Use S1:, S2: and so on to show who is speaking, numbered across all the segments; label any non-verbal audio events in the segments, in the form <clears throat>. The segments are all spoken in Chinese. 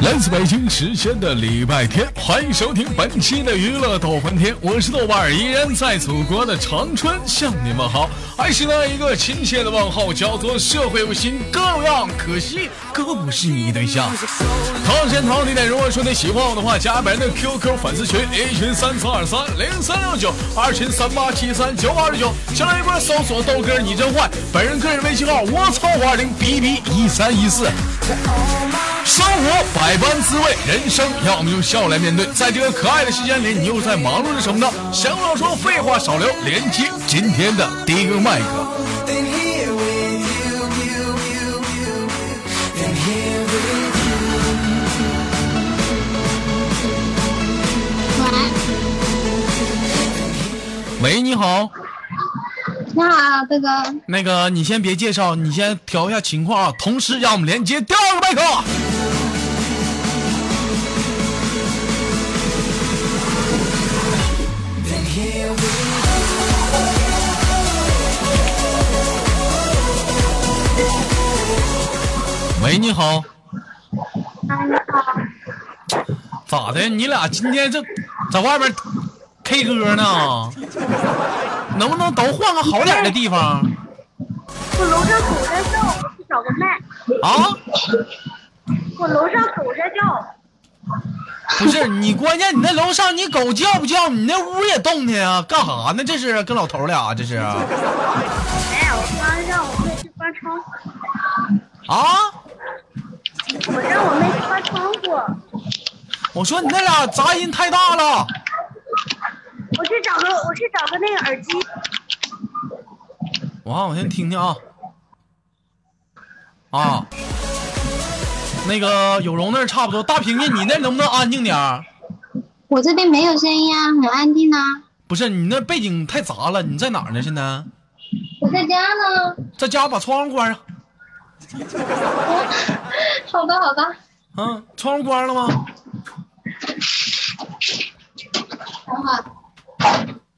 S1: 来自北京时间的礼拜天，欢迎收听本期的娱乐逗翻天，我是豆瓣儿，依然在祖国的长春向你们好，还是那一个亲切的问候，叫做社会有心哥有样，可惜哥不是你对象。同样时间同样地点，如果说你喜欢我的话，加本人的 QQ 粉丝群，A 群三四二三零三六九，二群三八七三九二九，新浪微博搜索豆哥你真坏，本人个人微信号我操五二零 bb 一三一四。生活百般滋味，人生要么就笑来面对。在这个可爱的时间里，你又在忙碌着什么呢？想要说废话少聊，连接今天的第一个麦克。喂，你好，
S2: 你好，贝哥。
S1: 那个你先别介绍，你先调一下情况啊。同时，让我们连接第二个麦克。喂，你好，
S2: 啊，你好。
S1: 咋的？你俩今天这在外边 K 歌呢？能不能都换个好点的地方
S2: 我楼上堵着叫，我去找个麦。
S1: 啊？
S2: 我楼上堵着叫，
S1: <laughs> 不是你，关键你那楼上你狗叫不叫？你那屋也动弹啊？干啥呢？这是跟老头俩这是啊？
S2: 哎，我刚让我妹去关窗户，
S1: 啊
S2: 我让我妹去关窗户，
S1: 我说你那俩杂音太大了，
S2: 我去找个我去找个那个耳机。
S1: 我看我先听听啊。啊，那个有容那儿差不多，大平平你那能不能安静点儿？
S2: 我这边没有声音啊，很安静啊。
S1: 不是你那背景太杂了，你在哪儿呢？现在
S2: 我在家呢。
S1: 在家把窗户关上。
S2: 好吧，好吧，
S1: 嗯，窗户关了吗？
S2: 等会儿。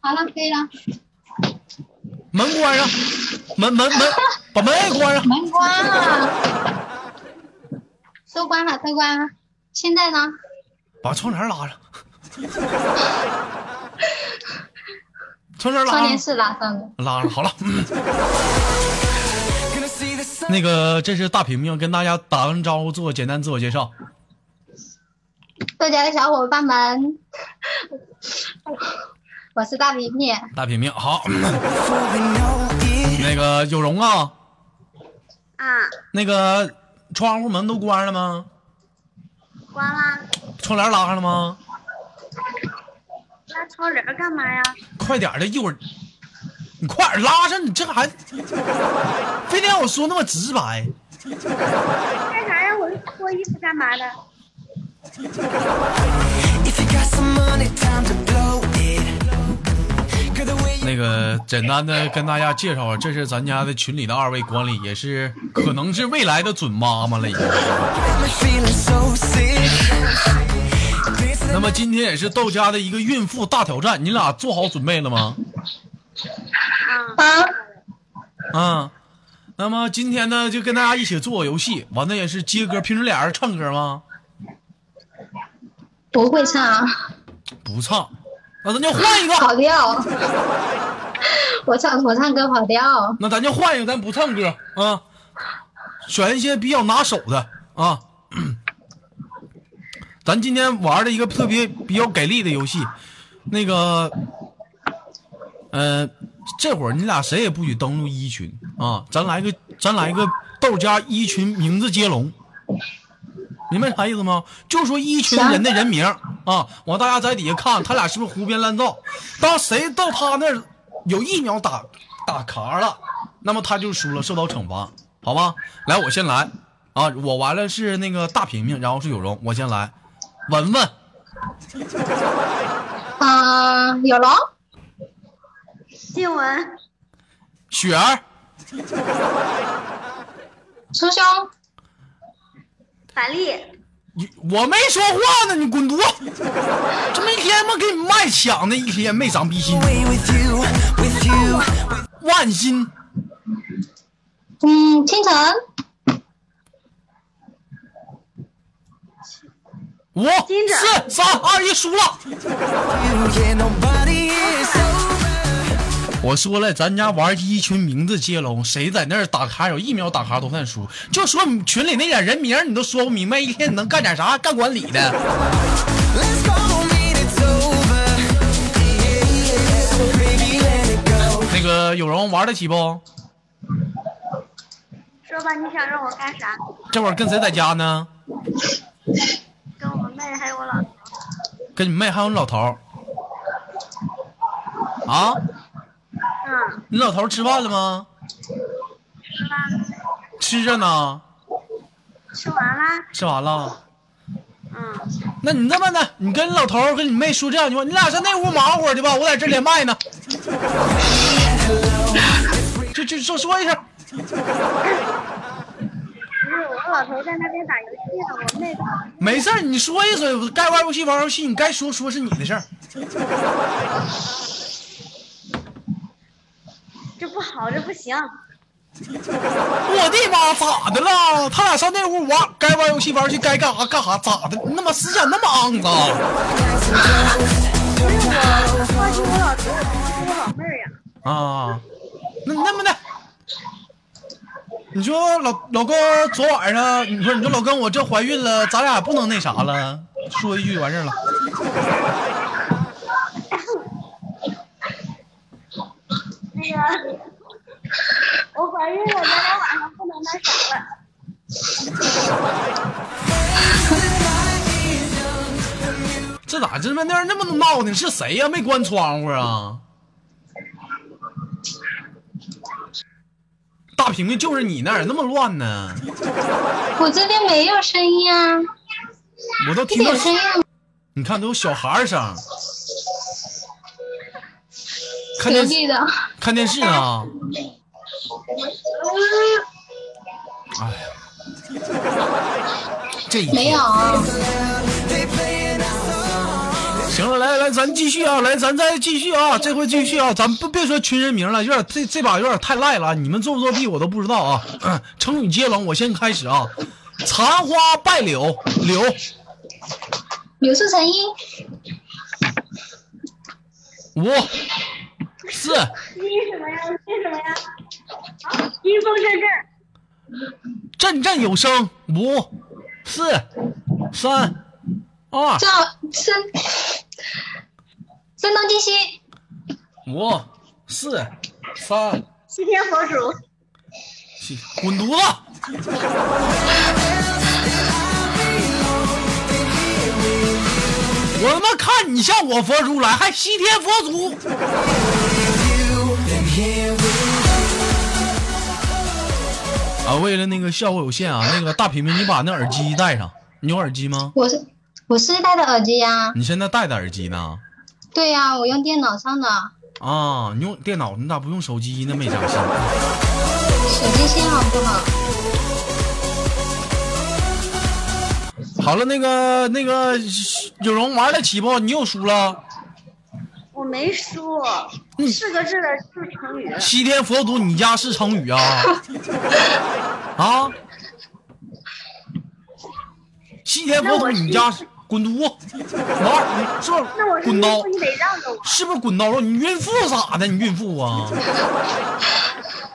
S2: 好了，可以了。
S1: 门关上，门门门，把门也关上。
S2: 门关了，都关了，都关了。现在呢？
S1: 把窗帘拉上。窗帘
S2: 窗
S1: 拉
S2: 帘
S1: 上，
S2: 是拉上的。
S1: 拉上好了。嗯那个，这是大平平，跟大家打声招呼，做个简单自我介绍。
S2: 豆家的小伙伴们，我是大皮皮。
S1: 大平平好。嗯那个有容啊，
S2: 啊，
S1: 那个窗户门都关了吗？
S2: 关啦，
S1: 窗帘拉上了吗？
S2: 拉窗帘干嘛呀？
S1: 快点儿的，一会儿你快点儿拉上，你这还非得让我说那么直白。
S2: 干啥呀？我是脱衣服干嘛的？
S3: If you got some money, time to blow it. Girl, the way you
S1: 那个简单的跟大家介绍，啊这是咱家的群里的二位管理，也是可能是未来的准妈妈了已经。
S3: got me feeling so sick.
S1: <laughs> 那么今天也是豆家的一个孕妇大挑战，你俩做好准备了吗？
S2: 啊，
S1: 啊，那么今天呢，就跟大家一起做个游戏，完了也是接歌。平时俩人唱歌吗？
S2: 不会唱啊，
S1: 不唱，那咱就换一个，
S2: 跑调。我唱我唱歌跑调。
S1: 那咱就换一个，咱不唱歌啊，选一些比较拿手的啊。 <clears throat> 咱今天玩的一个特别比较给力的游戏，那个，呃，这会儿你俩谁也不许登录一群啊，咱来个咱来个豆家一群名字接龙，明白啥意思吗？就说一群
S2: 行
S1: 人的人名啊，完大家在底下看他俩是不是胡编乱造，当谁到他那儿有一秒打打卡了，那么他就输了，受到惩罚，好吧？来，我先来啊，我完了是那个大平平，然后是有容，我先来，文文。
S2: 啊、有龙。静雯，
S1: 雪儿、
S2: 苏兄，法力，
S1: 你我没说话呢，你滚犊子！这么一天嘛，给你麦抢的一天没长逼心，
S3: Away with you, with you.
S1: 万心
S2: 嗯，清晨，
S1: 五、
S2: 金子
S1: 四、三、二、一，输了。
S3: Yeah, nobody is over.
S1: 我说了，咱家玩一群名字接龙，谁在那儿打卡有一秒打卡都算输。就说你群里那点人名，你都说不明白，一天你能干点啥？ <laughs> 干管理的，
S3: Let's go, mean it's over. Yeah, yeah. Baby, let it go.
S1: 那个有容玩得起不？
S2: 说吧，你想让我干啥？
S1: 这会儿跟谁在家呢？
S2: 跟我妹还有我老头。
S1: 跟你妹还有你老头儿。啊，
S2: 嗯，
S1: 你老头儿吃饭了吗？
S2: 吃吧，
S1: 吃着呢，
S2: 吃完啦。
S1: 吃完了。
S2: 嗯，
S1: 那你这么的，你跟你老头儿跟你妹说这样一句话，你俩上那屋忙会儿去吧，我在这连麦呢。 <laughs> 就就说说一声。
S2: 不是，我老头在那边打游戏呢，我妹
S1: 没事儿，你说一嘴，该玩游戏玩游戏，你该说说是你的事儿。
S2: 这不好，这不行。
S1: 我的妈，咋的了？他俩上那屋玩，该玩游戏玩游戏，该干啥干啥，咋的？你他妈思想那么肮脏
S2: 关心我老头，我关心我老妹儿呀。
S1: 啊？那那么的，你说老老公昨晚上，你不是你说老公我这怀孕了，咱俩不能那啥了，说一句完事儿了。
S2: 那个，
S4: <laughs>
S2: 我怀孕了，咱俩晚上不能那啥了。
S1: 这咋这么那儿那么闹呢？是谁呀、没关窗户啊？大屏幕就是你那儿那么乱呢，
S2: 我这边没有声音啊，
S1: 我都
S2: 一
S1: 听到
S2: 点。声音都
S1: 你看都有小孩儿声。看
S2: 没有
S1: 电
S2: 隔
S1: 视
S2: 壁的。
S1: 看电视啊！哎呀，这一
S2: 没有啊，
S3: They playing a song.
S1: 行了，来来，咱继续啊，来，咱再继续啊，这回继续啊，咱不别说群人名了，有点这这把有点太赖了啊，你们作不作弊我都不知道啊。嗯成语接龙，我先开始啊，残花败柳，柳
S2: 柳树成荫，
S1: 五四
S2: 你什么呀？你什么呀？啊，阴风阵阵，
S1: 振振有声，五四三二
S2: 叫声声东击西，
S1: 五四三，
S2: 西天佛祖，
S1: 起滚犊子！我他妈看你像我佛祖来，还西天佛祖。
S3: Then here we
S1: 啊，为了那个效果有限啊，那个大平平，你把那耳机戴上。你有耳机吗？
S2: 我是我是戴的耳机呀、
S1: 你现在戴的耳机呢？
S2: 对呀、我用电脑上的，
S1: 啊，你用电脑，你咋不用手机呢？没长心。
S2: 手机信号不好。
S1: 好了，那个那个有容玩得起不？你又输了。
S4: 我没输，
S1: 嗯
S4: 四个字的是成语，
S1: 西天佛祖，你家是成
S4: <laughs>
S1: 语啊？啊？西天佛祖，你家是滚犊子！玩，是不
S4: 那我
S1: 是
S4: 是
S1: 滚
S4: 孕
S1: 刀
S4: 妇，？你得让着我。
S1: 是不是滚刀肉？你孕妇咋的？你孕妇
S4: <laughs>
S1: 啊？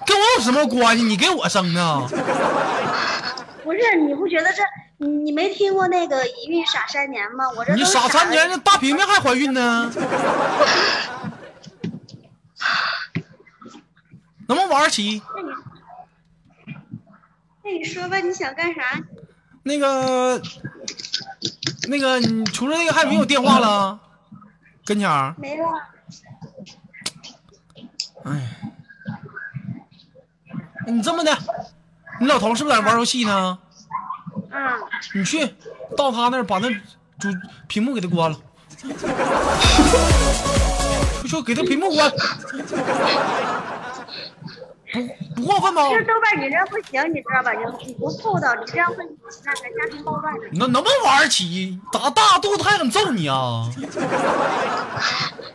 S1: 跟我有什么关系？你给我生的？
S4: 不是，你不觉得这你你没听过那个一孕傻三年吗？我这
S1: 你
S4: 都
S1: 傻三年，
S4: 了
S1: 那大平平还怀孕
S4: <laughs>
S1: 呢？能不能玩儿起？
S4: 那你那你说吧，你想干啥？
S1: 那个，那个，你除了那个还有没有电话了？跟前儿，
S4: 没了，
S1: 哎，你这么的，你老头是不是在玩游戏呢？
S4: 嗯，
S1: 你去到他那儿把那主屏幕给他关了， <laughs> 不就给他屏幕关，不不过分吧？
S4: 这豆瓣你这样不行，你知道吧？你你不厚道，你这样会那个家庭暴乱的。
S1: 那能不能玩儿起？打大肚子还敢揍你啊？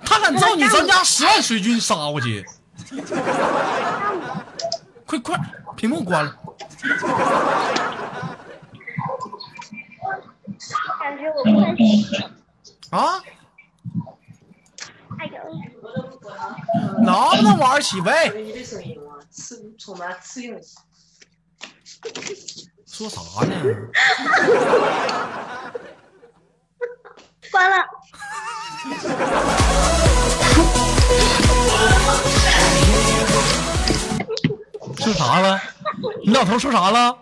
S1: 他敢揍你，咱家十万水军杀过去！快快，屏幕关了。
S4: 感觉我不能洗。
S1: 啊，
S4: 哎呦，
S1: 能不能玩起飞？说啥呢？
S4: 关了。
S1: 说啥了？你老头说啥了？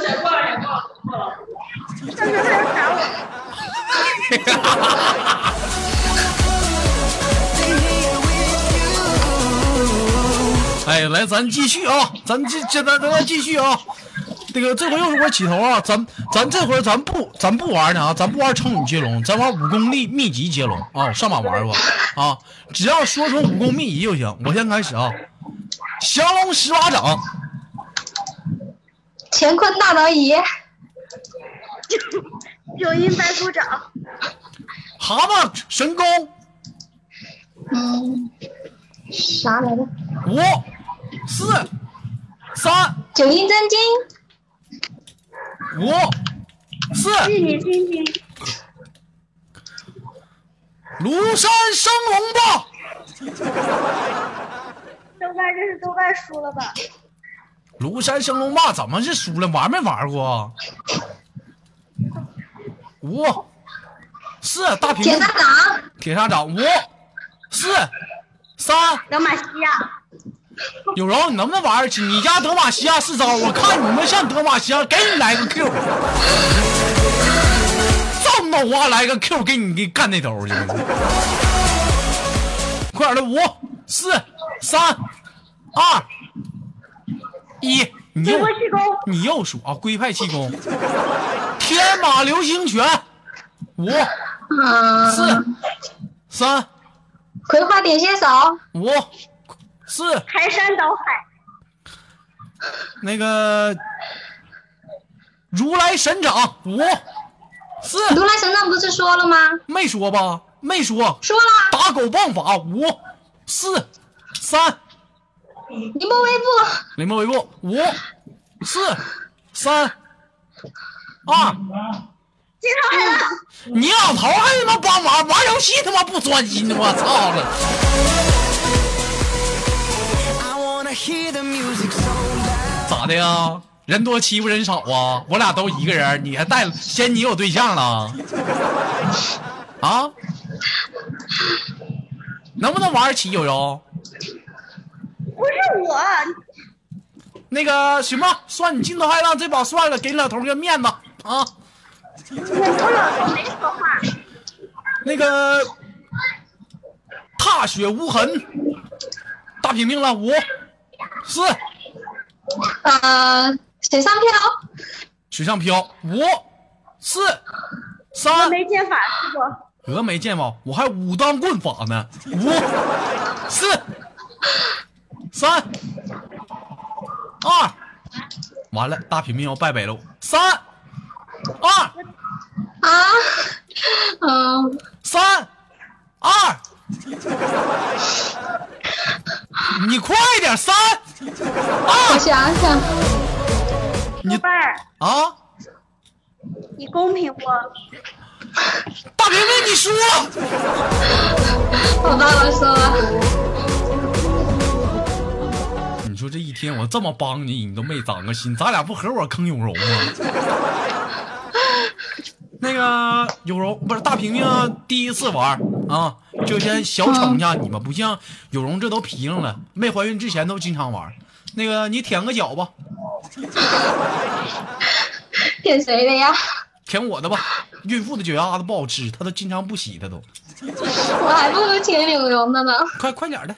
S1: <laughs>
S4: 但是他要打我，
S1: 哎，来，咱继续啊，咱继这咱咱咱继续啊。这个这回又是我起头啊，咱咱这回咱不咱不玩呢啊，咱不玩成语接龙，咱玩武功力秘籍接龙啊，上马玩吧啊，只要说出武功秘籍就行。我先开始啊，降龙十八掌，
S2: 乾坤大挪移，
S4: 九阴白骨爪，
S1: 蛤蟆神功
S2: 嗯，啥来着？
S1: 五四三
S2: 九阴真经，
S1: 五四
S4: 织女金经，
S1: 庐山升龙霸，
S4: 豆瓣这是豆瓣输了吧？
S1: 庐山升龙霸怎么是输了？玩没玩过啊？五四大屏
S2: 铁
S1: 幕
S2: 砂掌，
S1: 铁砂掌，五四三
S4: 德玛西亚，
S1: 有容，你能不能玩儿起？你家德玛西亚四招，我看你们像德玛西亚，给你来个 Q，照你脑瓜来个 Q，给你给你干那头去！快点的，五四三二一，你
S4: 金
S1: 又
S4: 国气功，
S1: 你又数啊，龟派气功，天马流星拳，五四
S2: 嗯，
S1: 三
S2: 葵花点穴手，
S1: 五四
S4: 排山倒海，
S1: 那个如来神掌五四
S2: 如来神掌不是说了吗？
S1: 没说吧？没说
S2: 说了，
S1: 打狗棒法五四三
S2: 凌波微步，
S1: 临波微步五四三二，
S4: 金朝海浪，
S1: 你老头还他妈帮忙玩游戏他妈不专心呢，我操了！
S3: I wanna hear the music so loud.
S1: 咋的呀？人多欺负人少啊！我俩都一个人，你还带了嫌你有对象了？啊？能不能玩儿起友友？
S4: 不是我，
S1: 那个什么，算你惊涛骇浪，这把算了，给你老头个面子啊！
S4: 我老公没说话，
S1: 那个踏雪无痕，大平平了，五四
S2: 呃，水上漂，
S1: 水上漂，五四三，
S4: 没剑法师傅，
S1: 峨眉剑法，我还武当棍法呢，五四三二，完了，大平平要败北喽，三二
S2: 啊， <laughs> 嗯、
S1: 三二，你快点，三
S2: 我想想，
S1: 你
S4: 豆瓣儿，
S1: 啊！
S4: 你公平不？
S1: 大平平，你输了。
S2: 我爸爸说了，
S1: 你说这一天我这么帮你，你都没长个心，咱俩不合伙坑有容吗？ <laughs> 那个有容不是大平平啊第一次玩啊，就先小逞一下你们，不像有容这都皮上了，没怀孕之前都经常玩。那个你舔个脚吧，
S2: 骗谁的呀？ <laughs>
S1: 舔我的吧。孕妇的脚丫子不好吃，她都经常不洗，她都
S2: 我还不如铁柳蓉的呢。
S1: 快快点儿的。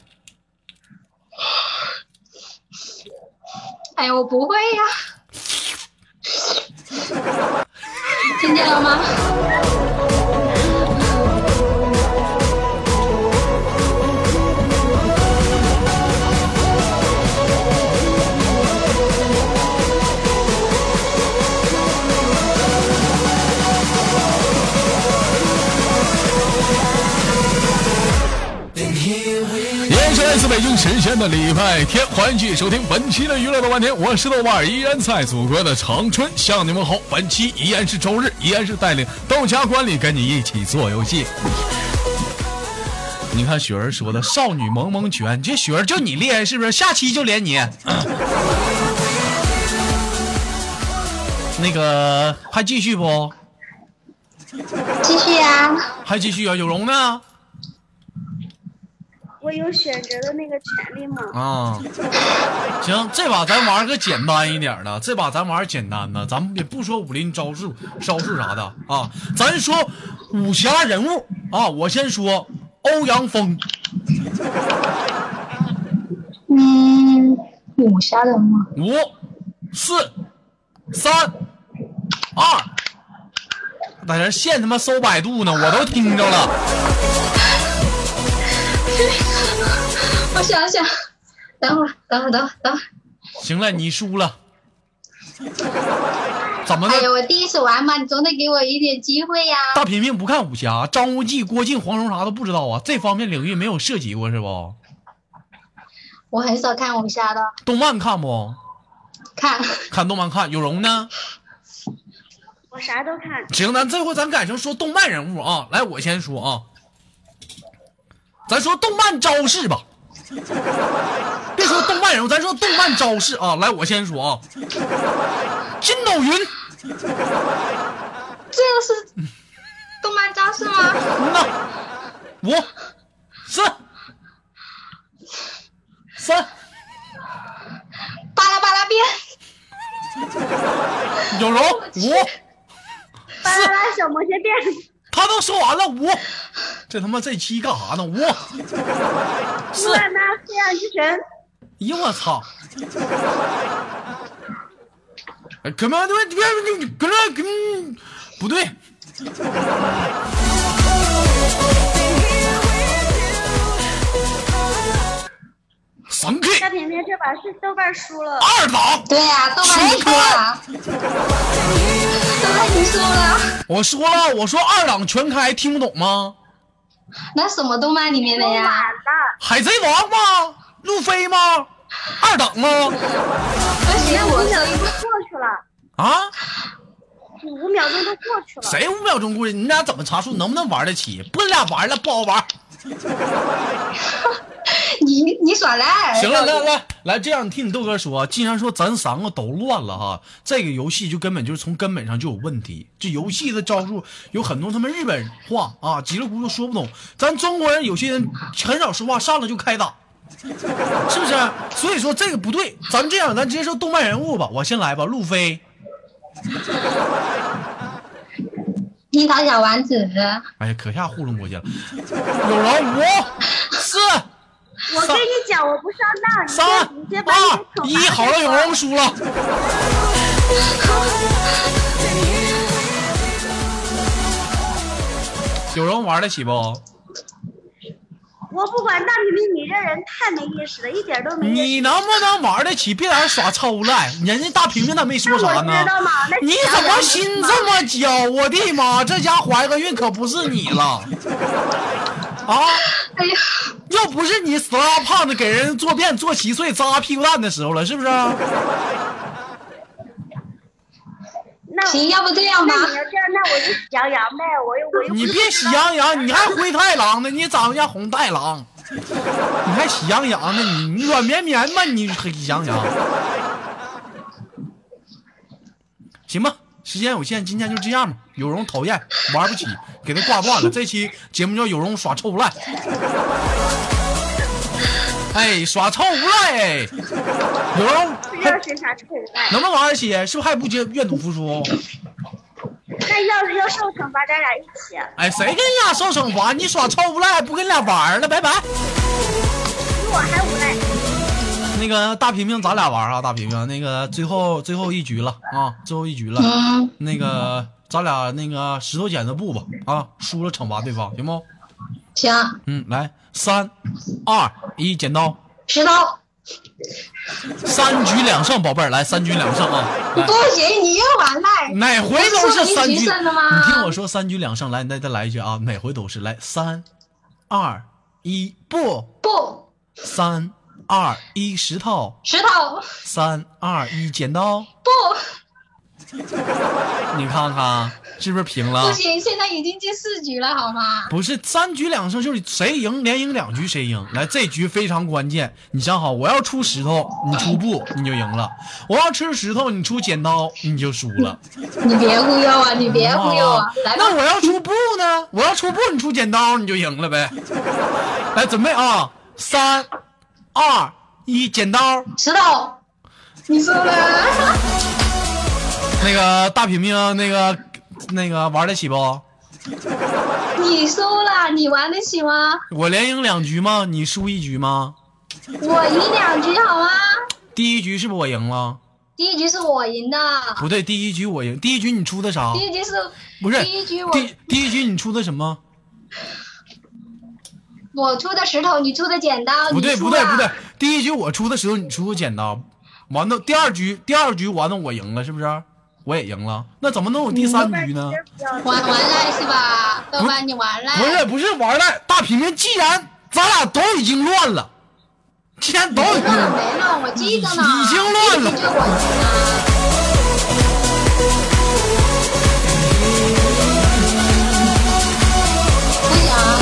S2: 哎呀，我不会呀。 <laughs> 听见了吗？
S3: Then here we
S5: 眼神
S1: 来自北京时间的礼拜天，欢迎继续收听本期的娱乐豆瓣天，我是豆瓣儿，依然在祖国的长春向你们好。本期依然是周日，依然是带领豆家管理跟你一起做游戏。你看雪儿说的“少女萌萌拳”，这雪儿就你厉害是不是？下期就连你。那个还继续不？
S2: 继续呀、
S1: 还继续啊？有容呢？
S4: 我有选择的那个权利吗？
S1: 啊，行，这把咱玩个简单一点的，这把咱玩简单的，咱们也不说武林招数、招数啥的啊，咱说武侠人物啊。我先说欧阳锋，
S2: 嗯，武侠人物，
S1: 五、四、三、二，在这现他妈搜百度呢，我都听着了。
S2: 我想想，等会儿，等会儿，等会儿，等会儿。
S1: 行了，你输了，怎么的
S2: 哎？呀，我第一次玩嘛，你总得给我一点机会呀。
S1: 大平平不看武侠，张无忌、郭靖、黄蓉啥都不知道啊，这方面领域没有涉及过是不？
S2: 我很少看武侠的，
S1: 动漫看不？
S2: 看
S1: 看动漫看，有容呢？
S4: 我啥都看，
S1: 行，咱这回咱改成说动漫人物啊。来，我先说啊，咱说动漫招式吧，别说动漫人物，咱说动漫招式啊。来，我先说啊，筋斗云，
S2: 这个是动漫招式吗？
S1: 嗯呐，五、四、三，
S2: 巴拉巴拉变，
S1: 有容五，
S4: 巴啦啦小魔仙变，
S1: 他都说完了五，这他妈这期干啥呢？五，
S4: 乌
S1: 四，
S4: 万那飞扬之神，
S1: 哎呦我操！哎干嘛？对别别别！别别不对，三 K
S4: 大平平这把是豆瓣输了，
S1: 二档，
S2: 对呀、豆瓣你输了，豆瓣你输了，
S1: 我说了，我说二档全开，听不懂吗？
S2: 那什么动漫里面的
S4: 晚
S2: 呀？
S4: 了，
S1: 海贼王吗？路飞吗？二档吗？
S2: 那行，我说一个，
S4: 过去了，
S1: 啊？
S4: 你五秒钟都过去了，
S1: 谁五秒钟过去？你俩怎么查数？能不能玩得起？不，俩玩了不好玩。
S2: 你你耍赖。
S1: 行了，
S2: 到
S1: 来
S2: 底
S1: 来来，这样你听你豆哥说啊，既然说咱三个都乱了哈，这个游戏就根本就是从根本上就有问题。这游戏的招数有很多他们日本话啊，叽里咕噜说不懂，咱中国人有些人很少说话，上来就开打，是不是？所以说这个不对，咱们这样，咱直接说动漫人物吧，我先来吧，路飞
S2: 樱桃小丸子，
S1: 哎呀，可下糊弄过去了。有人五四
S4: 我跟你讲，我不上当，
S1: 三
S4: 你就直接把
S1: 二
S4: 你
S1: 一
S4: 的
S1: 啊
S4: 惩，罚
S1: 好了，
S4: 给
S1: 有
S4: 我
S1: 人输了。有人玩得起不？
S4: 我不管大平平，你这人太没意思了，一点都没意思。
S1: 你能不能玩得起？别在这耍抽赖，人家大平平他没说啥
S4: 那我
S1: 呢
S4: 知道嘛那。
S1: 你怎么心这么娇？我的妈，这家怀个孕可不是你了，啊！
S2: 哎呀，
S1: 要不是你死拉胖子给人坐便坐稀碎扎屁股蛋的时候了，是不是？
S4: 那
S2: 行，要不这样吧
S4: 那，你要这样，那我就喜羊羊呗，我又我又
S1: 你别喜羊羊，你还灰太狼呢？你长得像红太狼，你还喜羊羊呢？你你软绵绵吧？你喜羊羊，行吧？时间有限，今天就这样吧。有容讨厌，玩不起，给他挂断了。这期节目叫有容耍臭无赖，哎，耍臭无赖，哎有容
S4: 不知道谁啥臭赖。
S1: 能不能玩儿起？是不是还不接愿赌服输？
S4: 那要是要受惩罚，咱俩一起。
S1: 哎，谁跟你俩受惩罚？你耍臭无赖，不跟你俩玩儿了，拜拜。
S4: 比我还无赖，
S1: 那个大平平，咱俩玩啊，大平平，那个最后最后一局了啊，最后一局了，
S2: 嗯，
S1: 那个咱俩那个石头剪子布吧啊，输了惩罚对方，行不？
S2: 行，
S1: 嗯，来三二一，剪刀，
S2: 石头，
S1: 三局两胜，宝贝儿，来三局两胜啊，来
S2: 不行，你又玩赖，
S1: 哪回都是三局，
S2: 不是一局胜的吗
S1: 你听我说，三局两胜，嗯来，你再再来一句啊，哪回都是，来三二一，不
S2: 不，
S1: 三二一，石头。
S2: 石头
S1: 三二一，剪刀。
S2: 不
S1: 你看看是不是平
S2: 不
S1: 了？
S2: 行，现在已经进四局了，好吗？
S1: 不是三局两胜，就是谁赢连赢两局谁赢。来，这局非常关键，你想好，我要出石头，你出布你就赢了；我要吃石头，你出剪刀你就输了。
S2: 你别忽悠啊！你 <laughs> 别忽悠啊！来吧
S1: 那，我要出布呢？我要出布，你出剪刀你就赢了呗。来，准备啊，三二一，剪刀。
S2: 石头，你输了。
S1: 那个大平平，那个那个玩得起不？
S2: <laughs> 你输了，你玩得起吗？
S1: 我连赢两局吗？你输一局吗？
S2: 我赢两局好吗？
S1: 第一局是不是我赢了？
S2: 第一局是我赢的，
S1: 不对，第一局我赢。第一局你出的啥
S2: 第？一局是，
S1: 不是，
S2: 第一局我
S1: 第第一局你出的什么？
S2: 我出的石头，你出的剪刀，
S1: 不对，
S2: 呃你
S1: 不
S2: 输
S1: 对，
S2: 了
S1: 不对。第一局我出的石头，你出的剪刀。完了，第二局第二局完了，我赢了，是不是？我也赢了，那怎么能有第三局呢？
S2: 玩玩赖是吧？豆瓣，你玩赖？
S1: 不是不是玩赖，大平平，既然咱俩都已经乱了，既然都已
S2: <laughs>
S1: 经
S2: 乱了哎没乱？我记着呢。
S1: 已经乱了
S2: 第一局就我赢了。不行，哎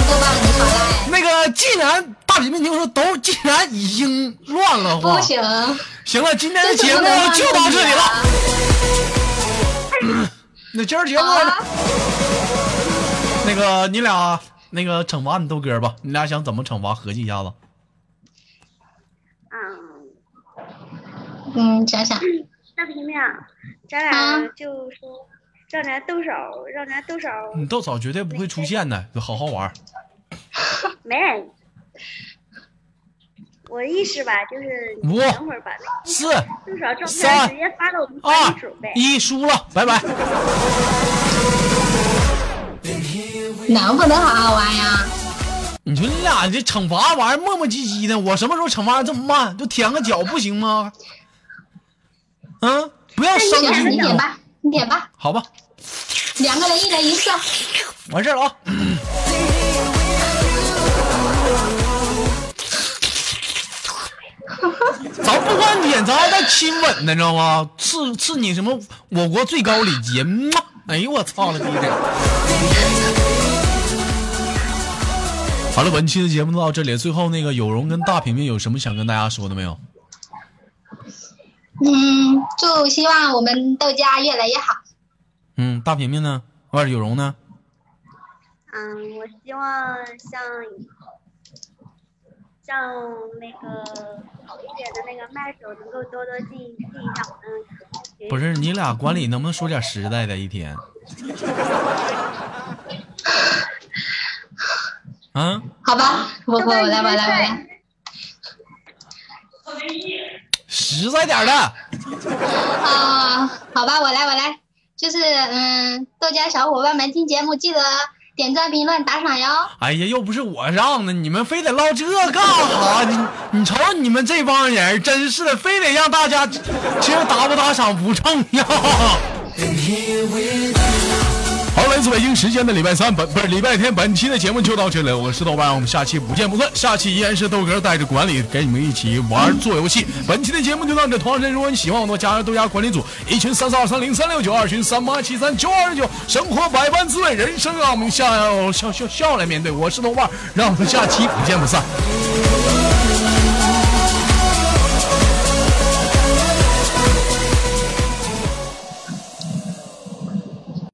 S2: 豆瓣你耍赖。
S1: 那个，既然大平平，你就说都既然已经乱了话，
S2: 不行，
S1: 行了，今天的
S2: 这
S1: 节目就到这里了。
S2: 了。啊
S1: 那今儿节目、
S2: 好啊，
S1: 那个你俩那个惩罚你豆哥吧，你俩想怎么惩罚？合计一下子。
S4: 嗯，
S2: 嗯，想想，
S4: 大平平，咱
S2: 啊
S4: 俩就说让咱动手，让咱动手，
S1: 你豆嫂绝对不会出现的，就好好玩。
S4: 没。我的意思吧，就是
S1: 五
S4: 你等会儿把那
S1: 四
S4: 动手照
S1: 三
S4: 片直接发到我们
S1: 二
S4: 班里准备。
S1: 一，输了，拜拜。
S2: 能不能好好玩呀？
S1: 你说你俩这惩罚玩意儿磨磨唧唧的，我什么时候惩罚这么慢？就舔个脚不行吗？嗯，不要伤
S2: 行，你
S1: 筋
S2: 点吧，你点吧，
S1: 好吧，
S2: 两个人一人一次。
S1: 完事儿了啊。咱不光点，咱还带亲吻呢，你知道吗？赐赐你什么我国最高礼节？嗯嘛哎呦我操了逼的！好了，本期的节目就到这里。最后那个有容跟大平平有什么想跟大家说的没有？
S2: 嗯，祝希望我们豆家越来越好。
S1: 嗯，大平平呢？不是有容呢？
S4: 嗯，我希望像像那个好一点的那个麦手能够多多进进一下我们学
S1: 不是，你俩管理能不能说点实在的？一天。啊，
S2: 好吧，我我我来我来我来，
S1: 实在点儿的。
S2: 啊、好吧，我来我来，就是嗯，豆家小伙伴们听节目记得点赞、评论、打赏哟。
S1: 哎呀，又不是我让的，你们非得唠这干啥？你你瞅你们这帮人，真是的，非得让大家其实打不打赏不重要。
S6: 好，来自北京时间的礼拜三本不是礼拜天，本期的节目就到这里了，我是豆瓣，我们下期不见不散。下期依然是豆哥带着管理给你们一起玩做游戏。本期的节目就到这，同样时间如果你喜欢我的话，加入豆家管理组，一群三四二三零三六九，二群三八七三九二九，生活百般滋味，人啊生让我们笑笑笑笑来面对。我是豆瓣，让我们下期不见不散。
S7: Thank